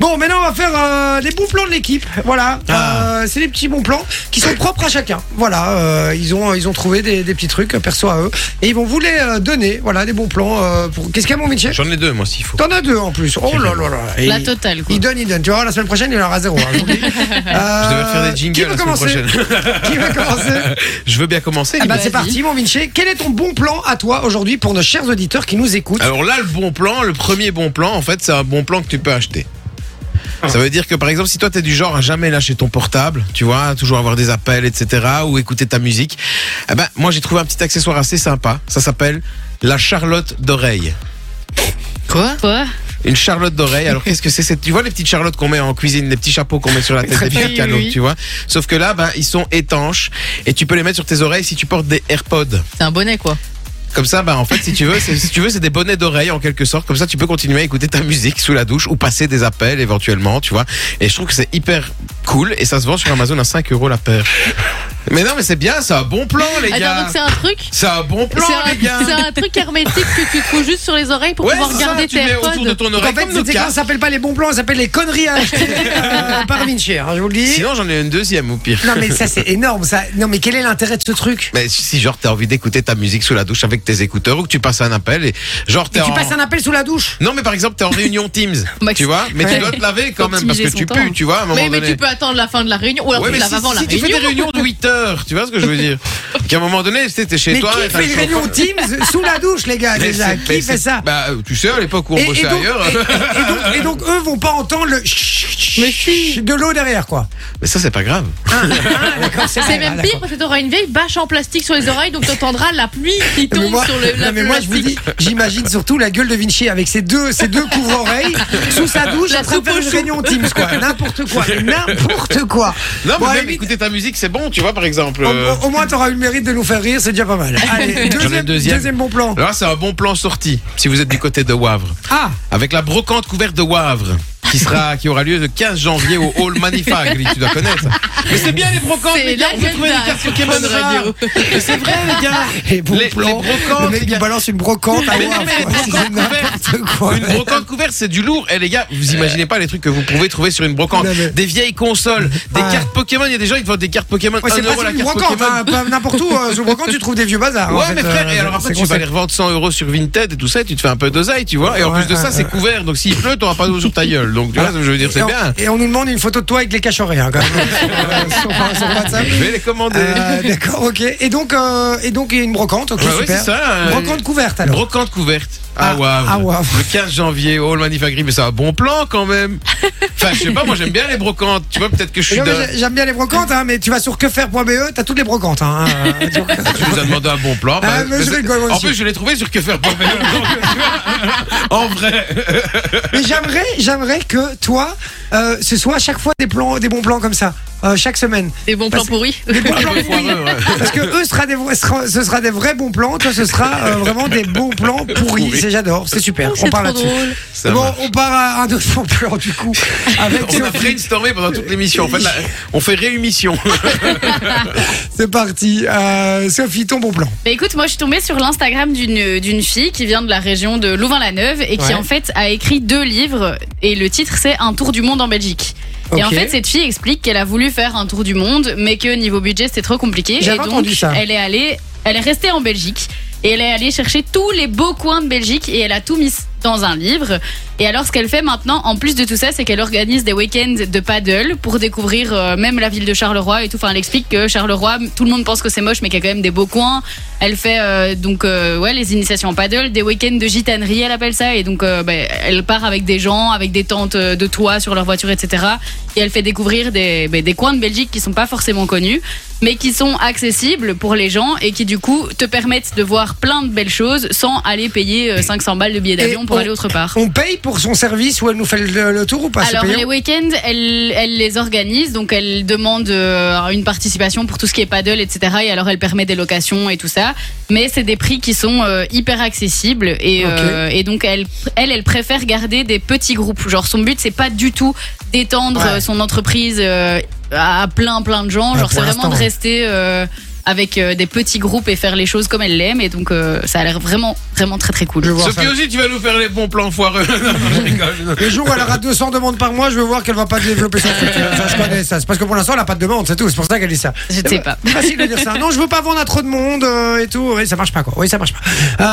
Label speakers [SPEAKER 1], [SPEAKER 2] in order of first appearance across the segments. [SPEAKER 1] Bon, maintenant, on va faire euh, les bons plans de l'équipe. Voilà.
[SPEAKER 2] Ah.
[SPEAKER 1] Euh, c'est les petits bons plans qui sont propres à chacun. Voilà. euh, ils, ont, ils ont trouvé des, des petits trucs euh, perso à eux. Et ils vont vous les euh, donner. Voilà, des bons plans. euh, pour... Qu'est-ce qu'il y a, mon Michel
[SPEAKER 2] J'en ai deux, moi, s'il faut.
[SPEAKER 1] T'en as deux en plus. Oh là là là. Et
[SPEAKER 3] La
[SPEAKER 1] il-
[SPEAKER 3] totale, quoi.
[SPEAKER 1] il donne, il donne. Tu vois, la semaine prochaine, il aura zéro. hein, je vous le dis.
[SPEAKER 2] Je
[SPEAKER 1] Euh,
[SPEAKER 2] devrais faire des
[SPEAKER 1] qui
[SPEAKER 2] jingles
[SPEAKER 1] veut
[SPEAKER 2] la semaine
[SPEAKER 1] commencer
[SPEAKER 2] prochaine.
[SPEAKER 1] Qui veut commencer
[SPEAKER 2] Je veux bien commencer.
[SPEAKER 1] Ah bah,
[SPEAKER 3] Vas-y.
[SPEAKER 1] c'est parti, mon Vinci. Quel est ton bon plan à toi aujourd'hui pour nos chers auditeurs qui nous écoutent
[SPEAKER 2] Alors là, le bon plan, le premier bon plan, en fait, c'est un bon plan que tu peux acheter. Ça veut dire que par exemple, si toi t'es du genre à jamais lâcher ton portable, tu vois, à toujours avoir des appels, etc., ou écouter ta musique, eh ben moi j'ai trouvé un petit accessoire assez sympa. Ça s'appelle la charlotte d'oreille.
[SPEAKER 3] Quoi Quoi
[SPEAKER 2] Une charlotte d'oreille. Alors qu'est-ce que c'est cette- Tu vois les petites charlottes qu'on met en cuisine, les petits chapeaux qu'on met sur la tête
[SPEAKER 3] Très
[SPEAKER 2] des
[SPEAKER 3] bien.
[SPEAKER 2] petits canaux,
[SPEAKER 3] Oui, oui.
[SPEAKER 2] tu vois. Sauf que là, ben, ils sont étanches et tu peux les mettre sur tes oreilles si tu portes des AirPods.
[SPEAKER 3] C'est un bonnet, quoi.
[SPEAKER 2] Comme ça, bah, en fait, si tu veux, c'est, si tu veux, c'est des bonnets d'oreille en quelque sorte. Comme ça, tu peux continuer à écouter ta musique sous la douche ou passer des appels éventuellement, tu vois. Et je trouve que c'est hyper cool et ça se vend sur Amazon à 5 euros la paire. Mais non, mais c'est bien, c'est un bon plan, les
[SPEAKER 3] Attends,
[SPEAKER 2] gars.
[SPEAKER 3] Eh, donc c'est un truc
[SPEAKER 2] C'est un bon plan,
[SPEAKER 3] C'est un,
[SPEAKER 2] les gars.
[SPEAKER 3] c'est un truc hermétique que tu te fous juste sur les oreilles pour
[SPEAKER 2] Ouais,
[SPEAKER 3] pouvoir
[SPEAKER 2] c'est
[SPEAKER 3] garder
[SPEAKER 2] ça, tu
[SPEAKER 3] tes
[SPEAKER 2] mets autour de ton
[SPEAKER 3] AirPods.
[SPEAKER 1] Donc,
[SPEAKER 2] oreille
[SPEAKER 1] en fait,
[SPEAKER 2] bah, comme nos
[SPEAKER 1] c'est quand
[SPEAKER 2] cas.
[SPEAKER 1] ça s'appelle pas les bons plans, ça s'appelle les conneries à acheter euh, par Vinci, hein, je vous le dis.
[SPEAKER 2] Sinon, j'en ai une deuxième au pire.
[SPEAKER 1] Non mais ça c'est énorme ça. Non mais quel est l'intérêt de ce truc
[SPEAKER 2] Mais si genre t'as envie d'écouter ta musique sous la douche avec tes écouteurs ou que tu passes un appel et genre t'es
[SPEAKER 1] Et tu
[SPEAKER 2] en-
[SPEAKER 1] passes un appel sous la douche
[SPEAKER 2] Non mais par exemple t'es en réunion Teams,
[SPEAKER 3] Max-
[SPEAKER 2] tu vois, mais
[SPEAKER 3] Ouais.
[SPEAKER 2] tu dois te laver
[SPEAKER 3] Faut
[SPEAKER 2] quand même parce que
[SPEAKER 3] optimiser son
[SPEAKER 2] tu
[SPEAKER 3] temps.
[SPEAKER 2] pues, tu vois, à un moment
[SPEAKER 3] Mais, mais
[SPEAKER 2] donné.
[SPEAKER 3] tu peux attendre la fin de la réunion ou alors
[SPEAKER 2] Ouais,
[SPEAKER 3] tu
[SPEAKER 2] mais
[SPEAKER 3] laves
[SPEAKER 2] si,
[SPEAKER 3] avant
[SPEAKER 2] si
[SPEAKER 3] la
[SPEAKER 2] tu fais des
[SPEAKER 3] réunion.
[SPEAKER 2] réunions de 8 heures, tu vois ce que je veux dire Qu'à un moment donné, tu sais, t'es chez
[SPEAKER 1] Mais
[SPEAKER 2] toi.
[SPEAKER 1] qui
[SPEAKER 2] et
[SPEAKER 1] fait
[SPEAKER 2] t'as le
[SPEAKER 1] une
[SPEAKER 2] chauffeur-
[SPEAKER 1] réunion Teams sous la douche les gars
[SPEAKER 2] Mais
[SPEAKER 1] déjà
[SPEAKER 2] c'est-
[SPEAKER 1] Qui
[SPEAKER 2] mais
[SPEAKER 1] fait
[SPEAKER 2] c'est-
[SPEAKER 1] ça
[SPEAKER 2] Bah, tu sais, à l'époque où on
[SPEAKER 1] et, et
[SPEAKER 2] bossait
[SPEAKER 1] donc,
[SPEAKER 2] ailleurs.
[SPEAKER 1] et- et- et donc- et donc, eux vont pas entendre le chut,
[SPEAKER 3] Mais
[SPEAKER 1] chut
[SPEAKER 3] si.
[SPEAKER 1] de l'eau derrière quoi.
[SPEAKER 2] Mais ça, c'est pas grave.
[SPEAKER 1] Ah, d'accord,
[SPEAKER 3] C'est
[SPEAKER 1] vrai, ah,
[SPEAKER 3] même
[SPEAKER 1] d'accord.
[SPEAKER 3] pire parce que t'auras une vieille bâche en plastique sur les oreilles donc t'entendras la pluie qui
[SPEAKER 1] Mais
[SPEAKER 3] tombe
[SPEAKER 1] moi,
[SPEAKER 3] sur le
[SPEAKER 1] non,
[SPEAKER 3] la
[SPEAKER 1] mais moi, je vous dis,
[SPEAKER 3] plastique.
[SPEAKER 1] j'imagine surtout la gueule de Vinci avec ses deux, ses deux couvre-oreilles sous sa douche
[SPEAKER 3] La
[SPEAKER 1] en train de
[SPEAKER 3] soupe
[SPEAKER 1] faire
[SPEAKER 3] aux
[SPEAKER 1] une
[SPEAKER 3] choux.
[SPEAKER 1] réunion Teams, quoi. N'importe quoi. N'importe quoi.
[SPEAKER 2] Non,
[SPEAKER 1] Bon,
[SPEAKER 2] mais
[SPEAKER 1] à la
[SPEAKER 2] même
[SPEAKER 1] limite,
[SPEAKER 2] écouter ta musique, c'est bon, tu vois, par exemple.
[SPEAKER 1] au,
[SPEAKER 2] euh,
[SPEAKER 1] au- au moins, t'auras eu le mérite de nous faire rire, c'est déjà pas mal. Allez,
[SPEAKER 2] ai
[SPEAKER 1] deuxième,
[SPEAKER 2] une deuxième.
[SPEAKER 1] bon plan.
[SPEAKER 2] Alors là, c'est un bon plan sorti, si vous êtes du côté de Wavre.
[SPEAKER 1] Ah,
[SPEAKER 2] Avec la brocante couverte de Wavre, qui, sera, qui aura lieu le 15 janvier au Hall Manifagri, tu dois connaître. Mais c'est bien les brocantes,
[SPEAKER 3] C'est
[SPEAKER 2] les gars,
[SPEAKER 3] la
[SPEAKER 2] on peut trouver des
[SPEAKER 3] gueule
[SPEAKER 2] cartes Pokémon
[SPEAKER 3] d'Arc.
[SPEAKER 2] rares. Mais c'est vrai, les gars.
[SPEAKER 1] et bon
[SPEAKER 2] eh Les-
[SPEAKER 1] plan.
[SPEAKER 2] les brocantes,
[SPEAKER 1] le mec
[SPEAKER 2] les
[SPEAKER 1] nous
[SPEAKER 2] gars.
[SPEAKER 1] balance une brocante à
[SPEAKER 2] Mais non,
[SPEAKER 1] Wavre,
[SPEAKER 2] mais les
[SPEAKER 1] quoi. C'est
[SPEAKER 2] brocantes
[SPEAKER 1] n'importe quoi.
[SPEAKER 2] Une brocante couverte, c'est du lourd. Et les gars, vous imaginez pas les trucs que vous pouvez trouver sur une brocante.
[SPEAKER 1] Non, mais-
[SPEAKER 2] Des vieilles consoles, des
[SPEAKER 1] Ouais.
[SPEAKER 2] cartes Pokémon. Il y a des gens qui te vendent des cartes Pokémon.
[SPEAKER 1] Ouais,
[SPEAKER 2] 1
[SPEAKER 1] c'est
[SPEAKER 2] euro
[SPEAKER 1] pas
[SPEAKER 2] la
[SPEAKER 1] une
[SPEAKER 2] carte
[SPEAKER 1] brocante,
[SPEAKER 2] Pokémon.
[SPEAKER 1] hein, pas- n'importe où. euh, Sur le brocante, tu trouves des vieux bazars. en
[SPEAKER 2] Ouais,
[SPEAKER 1] fait,
[SPEAKER 2] mais frère, et
[SPEAKER 1] euh,
[SPEAKER 2] alors après,
[SPEAKER 1] c'est
[SPEAKER 2] tu vas
[SPEAKER 1] concept.
[SPEAKER 2] les revendre 100 euros sur Vinted et tout ça, et tu te fais un peu d'oseille, tu vois. Et en
[SPEAKER 1] Ouais,
[SPEAKER 2] plus de
[SPEAKER 1] ouais,
[SPEAKER 2] ça, c'est couvert, donc s'il pleut, t'auras pas d'eau sur ta gueule. Donc, tu vois,
[SPEAKER 1] Voilà.
[SPEAKER 2] je veux dire,
[SPEAKER 1] Et
[SPEAKER 2] c'est
[SPEAKER 1] on-
[SPEAKER 2] bien.
[SPEAKER 1] Et on nous demande une photo de toi avec les cachorets, hein, quand même. Euh, sur- sur WhatsApp.
[SPEAKER 2] Je vais les commander.
[SPEAKER 1] Euh, D'accord, ok. Et donc, euh, et donc, il y a une brocante, ok,
[SPEAKER 2] Ouais, ouais,
[SPEAKER 1] super.
[SPEAKER 2] c'est ça. euh,
[SPEAKER 1] brocante couverte, alors.
[SPEAKER 2] Brocante couverte.
[SPEAKER 1] Ah,
[SPEAKER 2] Ah, waouh.
[SPEAKER 1] à Wavre.
[SPEAKER 2] Le 15 janvier, au Hall Manifagri, mais c'est un bon plan quand même. Enfin, je sais pas, moi j'aime bien les brocantes. Tu vois, peut-être que je suis
[SPEAKER 1] Non, mais
[SPEAKER 2] d'un-
[SPEAKER 1] j'ai- J'aime bien les brocantes, hein, mais tu vas sur quefaire.be, E, t'as toutes les brocantes. Hein, euh, sur-
[SPEAKER 2] Tu nous as demandé un bon plan. Bah,
[SPEAKER 1] Ah, mais je
[SPEAKER 2] c'est-
[SPEAKER 1] rigole, moi
[SPEAKER 2] en
[SPEAKER 1] aussi.
[SPEAKER 2] plus, je l'ai trouvé sur que faire pour Vélo. en vrai.
[SPEAKER 1] mais j'aimerais, j'aimerais que toi, euh, ce soit à chaque fois des plans, des bons plans comme ça, euh, chaque semaine.
[SPEAKER 3] Des bons plans pourris.
[SPEAKER 1] Des bons
[SPEAKER 2] Un
[SPEAKER 1] plans
[SPEAKER 2] peu
[SPEAKER 1] pourris.
[SPEAKER 2] foireux, ouais.
[SPEAKER 1] Parce que eux sera des, vrais- sera- ce sera des vrais bons plans, toi ce sera euh, vraiment des bons plans pourris.
[SPEAKER 2] Pourris.
[SPEAKER 1] C'est- J'adore, c'est super.
[SPEAKER 3] Oh, C'est
[SPEAKER 1] on part
[SPEAKER 3] trop
[SPEAKER 1] là-dessus.
[SPEAKER 3] drôle.
[SPEAKER 2] Ça
[SPEAKER 1] bon,
[SPEAKER 2] marche.
[SPEAKER 1] on part à un autre bon plan du coup. Avec
[SPEAKER 2] On a
[SPEAKER 1] Sophie.
[SPEAKER 2] brainstormé pendant toute l'émission. En fait, là, on fait réémission.
[SPEAKER 1] C'est parti. Euh, Sophie, ton bon plan.
[SPEAKER 4] Bah écoute, moi je suis tombée sur l'Instagram d'une d'une fille qui vient de la région de Louvain-la-Neuve et qui
[SPEAKER 1] Ouais.
[SPEAKER 4] en fait a écrit deux livres et le titre c'est Un tour du monde en Belgique. Et en
[SPEAKER 1] Ok.
[SPEAKER 4] fait, cette fille explique qu'elle a voulu faire un tour du monde, mais que niveau budget c'était trop compliqué.
[SPEAKER 1] J'avais
[SPEAKER 4] et donc,
[SPEAKER 1] entendu ça.
[SPEAKER 4] Elle est allée, elle est restée en Belgique et elle est allée chercher tous les beaux coins de Belgique et elle a tout mis dans un livre. Et alors, ce qu'elle fait maintenant, en plus de tout ça, c'est qu'elle organise des week-ends de paddle pour découvrir euh, même la ville de Charleroi et tout. Enfin, elle explique que Charleroi, tout le monde pense que c'est moche, mais qu'il y a quand même des beaux coins. Elle fait euh, donc euh, ouais les initiations en paddle, des week-ends de gitanerie, elle appelle ça. Et donc, euh, bah, elle part avec des gens, avec des tentes euh, de toit sur leur voiture, etc. Et elle fait découvrir des, bah, des coins de Belgique qui sont pas forcément connus, mais qui sont accessibles pour les gens et qui du coup te permettent de voir plein de belles choses sans aller payer euh, 500 balles de billets d'avion pour
[SPEAKER 1] on-
[SPEAKER 4] aller autre part.
[SPEAKER 1] On paye pour son service ou elle nous fait le, le tour ou pas C'est
[SPEAKER 4] Alors
[SPEAKER 1] payant
[SPEAKER 4] les week-ends, elle, elle les organise, donc elle demande euh, une participation pour tout ce qui est paddle, etc. Et alors elle permet des locations et tout ça, mais c'est des prix qui sont euh, hyper accessibles et,
[SPEAKER 1] Ok.
[SPEAKER 4] euh, et donc elle, elle, elle préfère garder des petits groupes. Genre son but c'est pas du tout d'étendre
[SPEAKER 1] Ouais.
[SPEAKER 4] euh, son entreprise euh, à plein plein de gens,
[SPEAKER 1] Ouais,
[SPEAKER 4] genre
[SPEAKER 1] pour
[SPEAKER 4] c'est vraiment
[SPEAKER 1] l'instant,
[SPEAKER 4] de
[SPEAKER 1] ouais.
[SPEAKER 4] rester euh, avec euh, des petits groupes et faire les choses comme elle l'aime. Et donc, euh, ça a l'air vraiment, vraiment très très cool.
[SPEAKER 1] Je vois
[SPEAKER 2] Sophie
[SPEAKER 1] ça.
[SPEAKER 2] aussi, tu vas nous faire les bons plans foireux. Non, je rigole, je-
[SPEAKER 1] Le jour où elle aura 200 demandes par mois, je veux voir qu'elle va pas développer son truc. Ça, je connais ça. C'est parce que pour l'instant, elle a pas de demande, c'est tout. C'est pour ça qu'elle dit ça.
[SPEAKER 4] Je ne sais pas.
[SPEAKER 1] Facile de dire ça. Non, je veux pas vendre à trop de monde euh, et tout. Oui, ça marche pas quoi. Oui, ça marche pas.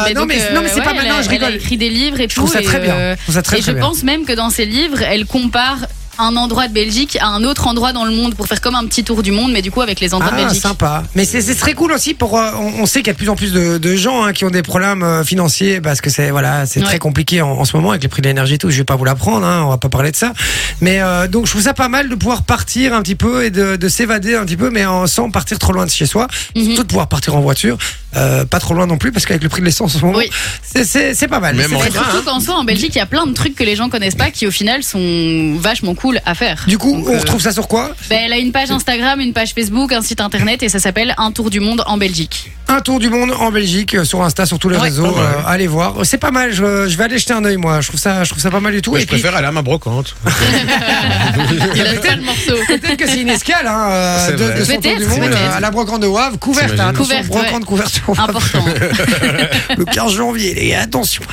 [SPEAKER 1] Euh, non,
[SPEAKER 4] donc,
[SPEAKER 1] mais,
[SPEAKER 4] euh,
[SPEAKER 1] non, mais c'est
[SPEAKER 4] ouais,
[SPEAKER 1] pas
[SPEAKER 4] elle
[SPEAKER 1] maintenant,
[SPEAKER 4] a-
[SPEAKER 1] je
[SPEAKER 4] Elle a
[SPEAKER 1] rigole.
[SPEAKER 4] écrit des livres et tout.
[SPEAKER 1] trouve ça
[SPEAKER 4] et,
[SPEAKER 1] très bien.
[SPEAKER 4] euh,
[SPEAKER 1] Je trouve ça très,
[SPEAKER 4] et
[SPEAKER 1] très
[SPEAKER 4] je
[SPEAKER 1] bien.
[SPEAKER 4] pense même que dans ses livres, elle compare un endroit de Belgique à un autre endroit dans le monde pour faire comme un petit tour du monde, mais du coup avec les endroits de
[SPEAKER 1] Ah,
[SPEAKER 4] Belgique.
[SPEAKER 1] sympa. Mais c'est c'est très cool aussi pour. euh, on, on sait qu'il y a de plus en plus de, de gens hein, qui ont des problèmes euh, financiers parce que c'est voilà, c'est
[SPEAKER 4] Ouais.
[SPEAKER 1] très compliqué en, en ce moment avec les prix de l'énergie et tout. Je vais pas vous l'apprendre, hein, on va pas parler de ça. Mais euh, donc je trouve ça pas mal de pouvoir partir un petit peu et de, de s'évader un petit peu, mais en- sans partir trop loin de chez soi.
[SPEAKER 4] Mhm.
[SPEAKER 1] Surtout de pouvoir partir en voiture, euh, pas trop loin non plus parce qu'avec le prix de l'essence en ce moment,
[SPEAKER 4] Oui.
[SPEAKER 1] c'est- c'est c'est pas mal.
[SPEAKER 2] Même
[SPEAKER 1] C'est
[SPEAKER 2] en
[SPEAKER 1] très
[SPEAKER 4] Et surtout qu'en soi, en hein. Belgique, il y a plein de trucs que les gens connaissent pas qui, au final, sont vachement cool à faire.
[SPEAKER 1] Du coup,
[SPEAKER 4] Donc,
[SPEAKER 1] on
[SPEAKER 4] euh,
[SPEAKER 1] retrouve ça sur quoi
[SPEAKER 4] ben, elle a une page Instagram, une page Facebook, un site internet et ça s'appelle Un tour du monde en Belgique.
[SPEAKER 1] Un tour du monde en Belgique euh, sur Insta, sur tous les
[SPEAKER 4] Ouais.
[SPEAKER 1] réseaux.
[SPEAKER 2] Pas mal.
[SPEAKER 1] euh, allez voir, c'est pas mal. Je, je vais aller jeter un œil moi. Je trouve ça, je trouve ça pas mal du tout.
[SPEAKER 2] Ouais,
[SPEAKER 1] Et
[SPEAKER 2] je
[SPEAKER 1] puis-
[SPEAKER 2] préfère aller à ma brocante.
[SPEAKER 4] Il a pas le morceau.
[SPEAKER 1] Peut-être que c'est une escale hein, euh,
[SPEAKER 2] C'est
[SPEAKER 1] de,
[SPEAKER 2] vrai.
[SPEAKER 1] de son tour
[SPEAKER 4] Peut-être,
[SPEAKER 1] du monde
[SPEAKER 4] peut-être.
[SPEAKER 1] euh, à la brocante de Wavre, couverte.
[SPEAKER 2] T'imagines
[SPEAKER 1] Hein, attention,
[SPEAKER 4] Couverte,
[SPEAKER 1] brocante couverte sur Wavre,
[SPEAKER 4] Important.
[SPEAKER 1] le 15 janvier, les gars, attention.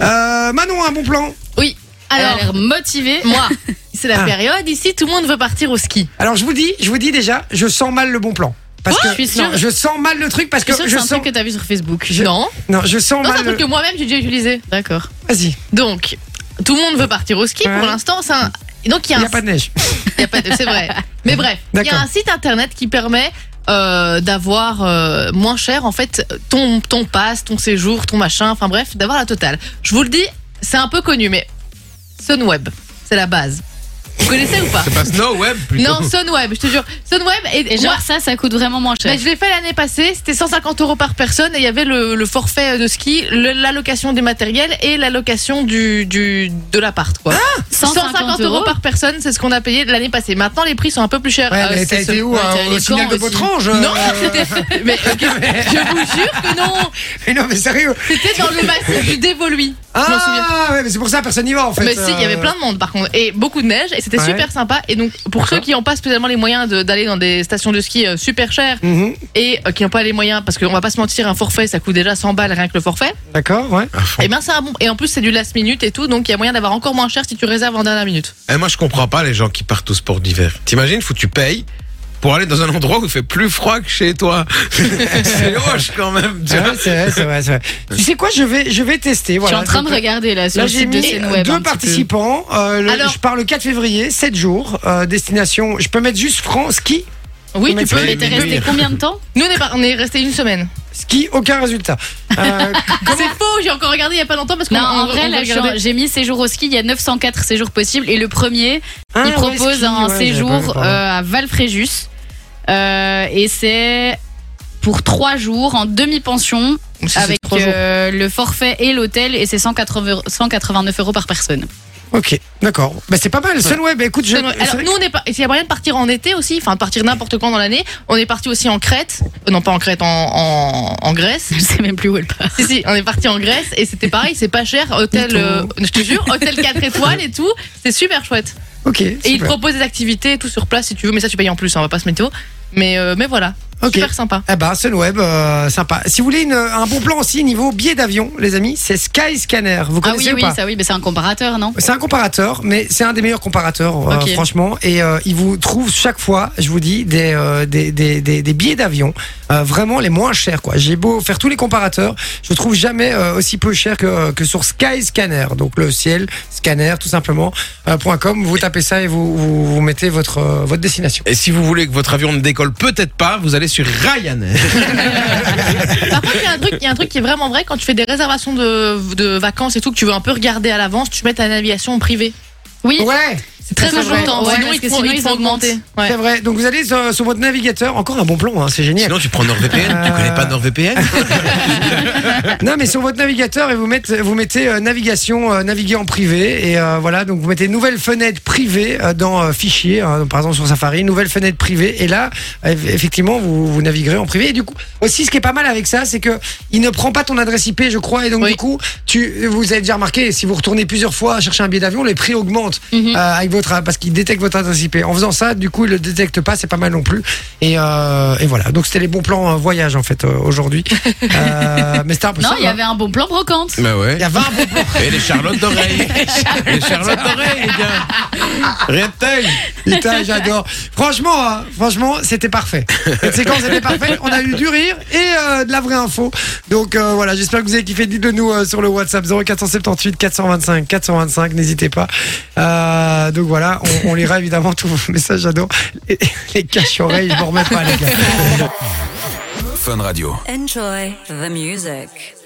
[SPEAKER 1] Euh, Manon, un bon plan.
[SPEAKER 3] Oui.
[SPEAKER 4] Alors,
[SPEAKER 3] Alors,
[SPEAKER 4] elle a l'air motivée.
[SPEAKER 3] moi, c'est la
[SPEAKER 1] Ah.
[SPEAKER 3] période ici, tout le monde veut partir au ski.
[SPEAKER 1] Alors je vous dis, je vous dis déjà, je sens mal le bon plan. Parce que
[SPEAKER 4] je suis sûre.
[SPEAKER 1] non, je sens mal le truc parce
[SPEAKER 4] Je
[SPEAKER 1] que
[SPEAKER 4] suis sûre que
[SPEAKER 1] je
[SPEAKER 4] c'est un
[SPEAKER 1] sens.
[SPEAKER 4] truc que t'as vu sur Facebook.
[SPEAKER 3] Non.
[SPEAKER 1] Non, je sens
[SPEAKER 3] Non, c'est un
[SPEAKER 1] mal.
[SPEAKER 3] truc que
[SPEAKER 1] le-
[SPEAKER 3] moi-même j'ai déjà utilisé.
[SPEAKER 4] D'accord.
[SPEAKER 1] Vas-y,
[SPEAKER 3] Donc, tout le monde veut partir au ski
[SPEAKER 1] Ouais.
[SPEAKER 3] pour l'instant. c'est un- Et Donc, il y
[SPEAKER 1] il
[SPEAKER 3] a,
[SPEAKER 1] n'y
[SPEAKER 3] un...
[SPEAKER 1] a pas de neige.
[SPEAKER 3] il y a pas de- C'est vrai. Mais bref, il y
[SPEAKER 1] D'accord.
[SPEAKER 3] a un site internet qui permet euh, d'avoir euh, moins cher, en fait, ton, ton pass, ton séjour, ton machin, enfin bref, d'avoir la totale. Je vous le dis, c'est un peu connu, mais Sunweb, c'est la base. Vous connaissez ou pas
[SPEAKER 2] C'est pas Snow Web plutôt.
[SPEAKER 3] Non, Sunweb, je te jure. Sunweb, et,
[SPEAKER 4] Et
[SPEAKER 3] moi,
[SPEAKER 4] genre, ça, ça coûte vraiment moins cher.
[SPEAKER 3] Mais je l'ai fait l'année passée, c'était 150 euros par personne et il y avait le, le forfait euh, de ski, le- l'allocation des matériels et l'allocation du, du, de l'appart. quoi.
[SPEAKER 4] 150, euros
[SPEAKER 3] par personne, c'est ce qu'on a payé l'année passée. Maintenant, les prix sont un peu plus chers.
[SPEAKER 1] Ouais,
[SPEAKER 3] Euh,
[SPEAKER 1] mais
[SPEAKER 3] c'est
[SPEAKER 1] t'as
[SPEAKER 3] ce-
[SPEAKER 1] été où
[SPEAKER 4] ouais,
[SPEAKER 1] hein,
[SPEAKER 4] t'es allé
[SPEAKER 1] Au signal
[SPEAKER 4] quand
[SPEAKER 1] de
[SPEAKER 4] aussi
[SPEAKER 1] Botrange
[SPEAKER 3] Non,
[SPEAKER 1] euh,
[SPEAKER 3] c'était. Mais, je vous jure que non
[SPEAKER 1] mais non, mais sérieux.
[SPEAKER 3] C'était dans le massif du Dévoluy. je m'en souviens.
[SPEAKER 1] Ah, ouais, mais c'est pour ça, personne n'y va en fait. euh.
[SPEAKER 3] Mais si, il y avait plein de monde par contre, et beaucoup de neige, et c'était
[SPEAKER 1] Ouais.
[SPEAKER 3] super sympa. Et donc, pour ceux qui n'ont pas spécialement les moyens de- d'aller dans des stations de ski euh, super chères
[SPEAKER 1] de.
[SPEAKER 3] et euh, qui n'ont pas les moyens, parce qu'on va pas se mentir, un forfait ça coûte déjà 100 balles rien que le forfait.
[SPEAKER 1] D'accord, ouais.
[SPEAKER 2] À fond.
[SPEAKER 3] Et bien c'est un bon. Et en plus c'est du last minute et tout, donc il y a moyen d'avoir encore moins cher si tu réserves en dernière minute.
[SPEAKER 2] Eh, moi, je comprends pas les gens qui partent au sport d'hiver. T'imagines, faut que tu payes pour aller dans un endroit où il fait plus froid que chez toi. c'est hoche quand même, tu
[SPEAKER 1] Ah
[SPEAKER 2] vois.
[SPEAKER 1] ouais, c'est vrai, c'est vrai, c'est vrai. Tu sais quoi, je vais, je vais tester.
[SPEAKER 4] Je suis
[SPEAKER 1] Voilà,
[SPEAKER 4] en train de
[SPEAKER 1] Donc,
[SPEAKER 4] regarder là sur
[SPEAKER 1] Là,
[SPEAKER 4] le
[SPEAKER 1] j'ai
[SPEAKER 4] site de
[SPEAKER 1] mis
[SPEAKER 4] scène web.
[SPEAKER 1] deux participants. Euh, le-
[SPEAKER 3] Alors-
[SPEAKER 1] je pars le 4 février, 7 jours. euh, destination, je peux mettre juste France, ski,
[SPEAKER 3] Oui,
[SPEAKER 1] Mais
[SPEAKER 3] tu peux.
[SPEAKER 1] tu-
[SPEAKER 4] Mais t'es resté combien de temps
[SPEAKER 3] Nous on est, par- on est resté une semaine.
[SPEAKER 1] ski, aucun résultat. Euh,
[SPEAKER 3] C'est faux, j'ai encore regardé il y a pas longtemps parce qu'on
[SPEAKER 4] Non, en
[SPEAKER 3] on-
[SPEAKER 4] vrai,
[SPEAKER 3] on
[SPEAKER 4] là, je suis en-
[SPEAKER 3] regardait-
[SPEAKER 4] j'ai mis séjour au ski. Il y a 904 séjours possibles. Et le premier,
[SPEAKER 1] ah, ouais,
[SPEAKER 4] il propose
[SPEAKER 1] ski,
[SPEAKER 4] un
[SPEAKER 1] ouais, j'avais pas vu,
[SPEAKER 4] séjour
[SPEAKER 1] pardon.
[SPEAKER 4] euh, à Valfréjus. Euh, et c'est pour trois jours en demi-pension
[SPEAKER 3] Si, c'est
[SPEAKER 4] avec
[SPEAKER 3] trois jours.
[SPEAKER 4] euh, le forfait et l'hôtel. Et c'est 180 189 euros par personne.
[SPEAKER 1] Ok, d'accord. Bah, c'est pas mal. Sunweb, écoute, je.
[SPEAKER 3] Alors,
[SPEAKER 1] c'est vrai
[SPEAKER 3] nous, on est pas. Il y a moyen de partir en été aussi, enfin de partir n'importe quand dans l'année. On est parti aussi en Crète, Euh, non pas en Crète, en, en, en Grèce.
[SPEAKER 4] Je sais même plus où elle part.
[SPEAKER 3] si si, on est parti en Grèce et c'était pareil, c'est pas cher, hôtel,
[SPEAKER 1] Mytho.
[SPEAKER 3] euh, je te jure, hôtel 4 étoiles et tout, c'est super chouette.
[SPEAKER 1] que- Ok.
[SPEAKER 3] Et ils
[SPEAKER 1] super.
[SPEAKER 3] proposent des activités et tout sur place si tu veux, mais ça tu payes en plus, hein, on va pas se météo. Mais euh, mais voilà,
[SPEAKER 1] Ok.
[SPEAKER 3] super sympa.
[SPEAKER 1] Eh ben, Sunweb, euh, sympa. Si vous voulez une- un bon plan aussi niveau billet d'avion, les amis, c'est Skyscanner. Vous
[SPEAKER 4] Ah
[SPEAKER 1] connaissez
[SPEAKER 4] oui,
[SPEAKER 1] ou
[SPEAKER 4] oui,
[SPEAKER 1] pas
[SPEAKER 4] ça oui, mais c'est un comparateur, non
[SPEAKER 1] C'est un comparateur, mais c'est un des meilleurs comparateurs, euh,
[SPEAKER 4] Ok.
[SPEAKER 1] franchement. Et euh, il vous trouve chaque fois, je vous dis, des, euh, des, des, des, des billets d'avion euh, vraiment les moins chers. quoi. J'ai beau faire tous les comparateurs, je trouve jamais euh, aussi peu cher que, que sur Skyscanner. Donc le ciel, scanner, tout simplement, euh, point .com. Vous tapez ça et vous, vous, vous mettez votre, euh, votre destination.
[SPEAKER 2] Et si vous voulez que votre avion ne décolle peut-être pas, vous allez sur Ryanair.
[SPEAKER 3] Par contre, il y a un truc, il y a un truc qui est vraiment vrai quand tu fais des réservations de, de vacances et tout que tu veux un peu regarder à l'avance, tu mets ta navigation privée.
[SPEAKER 4] Oui,
[SPEAKER 1] Ouais,
[SPEAKER 3] C'est très
[SPEAKER 1] C'est vrai.
[SPEAKER 3] important.
[SPEAKER 4] Ouais,
[SPEAKER 3] sinon,
[SPEAKER 4] parce
[SPEAKER 3] ils
[SPEAKER 4] que
[SPEAKER 3] te font,
[SPEAKER 4] sinon,
[SPEAKER 3] ils te
[SPEAKER 4] ils
[SPEAKER 3] font augmenter. Ouais.
[SPEAKER 1] c'est vrai. Donc vous allez sur, sur votre navigateur, encore un bon plan, hein, c'est génial.
[SPEAKER 2] Sinon, tu prends NordVPN. Tu connais pas NordVPN
[SPEAKER 1] Non, mais sur votre navigateur, et vous mettez, vous mettez euh, navigation, euh, naviguer en privé, et euh, voilà, donc vous mettez nouvelle fenêtre privée euh, dans euh, fichier, hein, donc par exemple sur Safari, nouvelle fenêtre privée, et là, euh, effectivement, vous, vous naviguerez en privé. Et du coup, aussi, ce qui est pas mal avec ça, c'est que il ne prend pas ton adresse IP, je crois, et donc
[SPEAKER 3] Oui.
[SPEAKER 1] du coup, tu, vous avez déjà remarqué, si vous retournez plusieurs fois chercher un billet d'avion, les prix augmentent
[SPEAKER 4] Mhm.
[SPEAKER 1] euh, avec votre votre parce qu'il détecte votre adresse IP. En faisant ça, du coup, il le détecte pas, c'est pas mal non plus. Et, euh, et voilà. Donc c'était les bons plans euh, voyage en fait euh, aujourd'hui. Euh, mais c'était un peu
[SPEAKER 4] Non,
[SPEAKER 1] ça,
[SPEAKER 4] il y
[SPEAKER 1] hein.
[SPEAKER 4] avait un bon plan brocante.
[SPEAKER 2] Bah ouais.
[SPEAKER 1] Il y a 20 bons plans.
[SPEAKER 2] Et les charlottes d'oreille. les charlottes d'oreille, les gars. Rien de tel.
[SPEAKER 1] Putain, j'adore. Franchement, hein, franchement, c'était parfait. Cette séquence était parfaite. On a eu du rire et euh, de la vraie info. Donc euh, voilà, j'espère que vous avez kiffé. Dites-le nous euh, sur le WhatsApp 0478 425 425. N'hésitez pas. Euh, donc voilà, on, on lira évidemment tous vos messages. J'adore. Les, les caches oreilles, je m'en remets pas les gars.
[SPEAKER 5] Fun Radio.
[SPEAKER 6] Enjoy the music.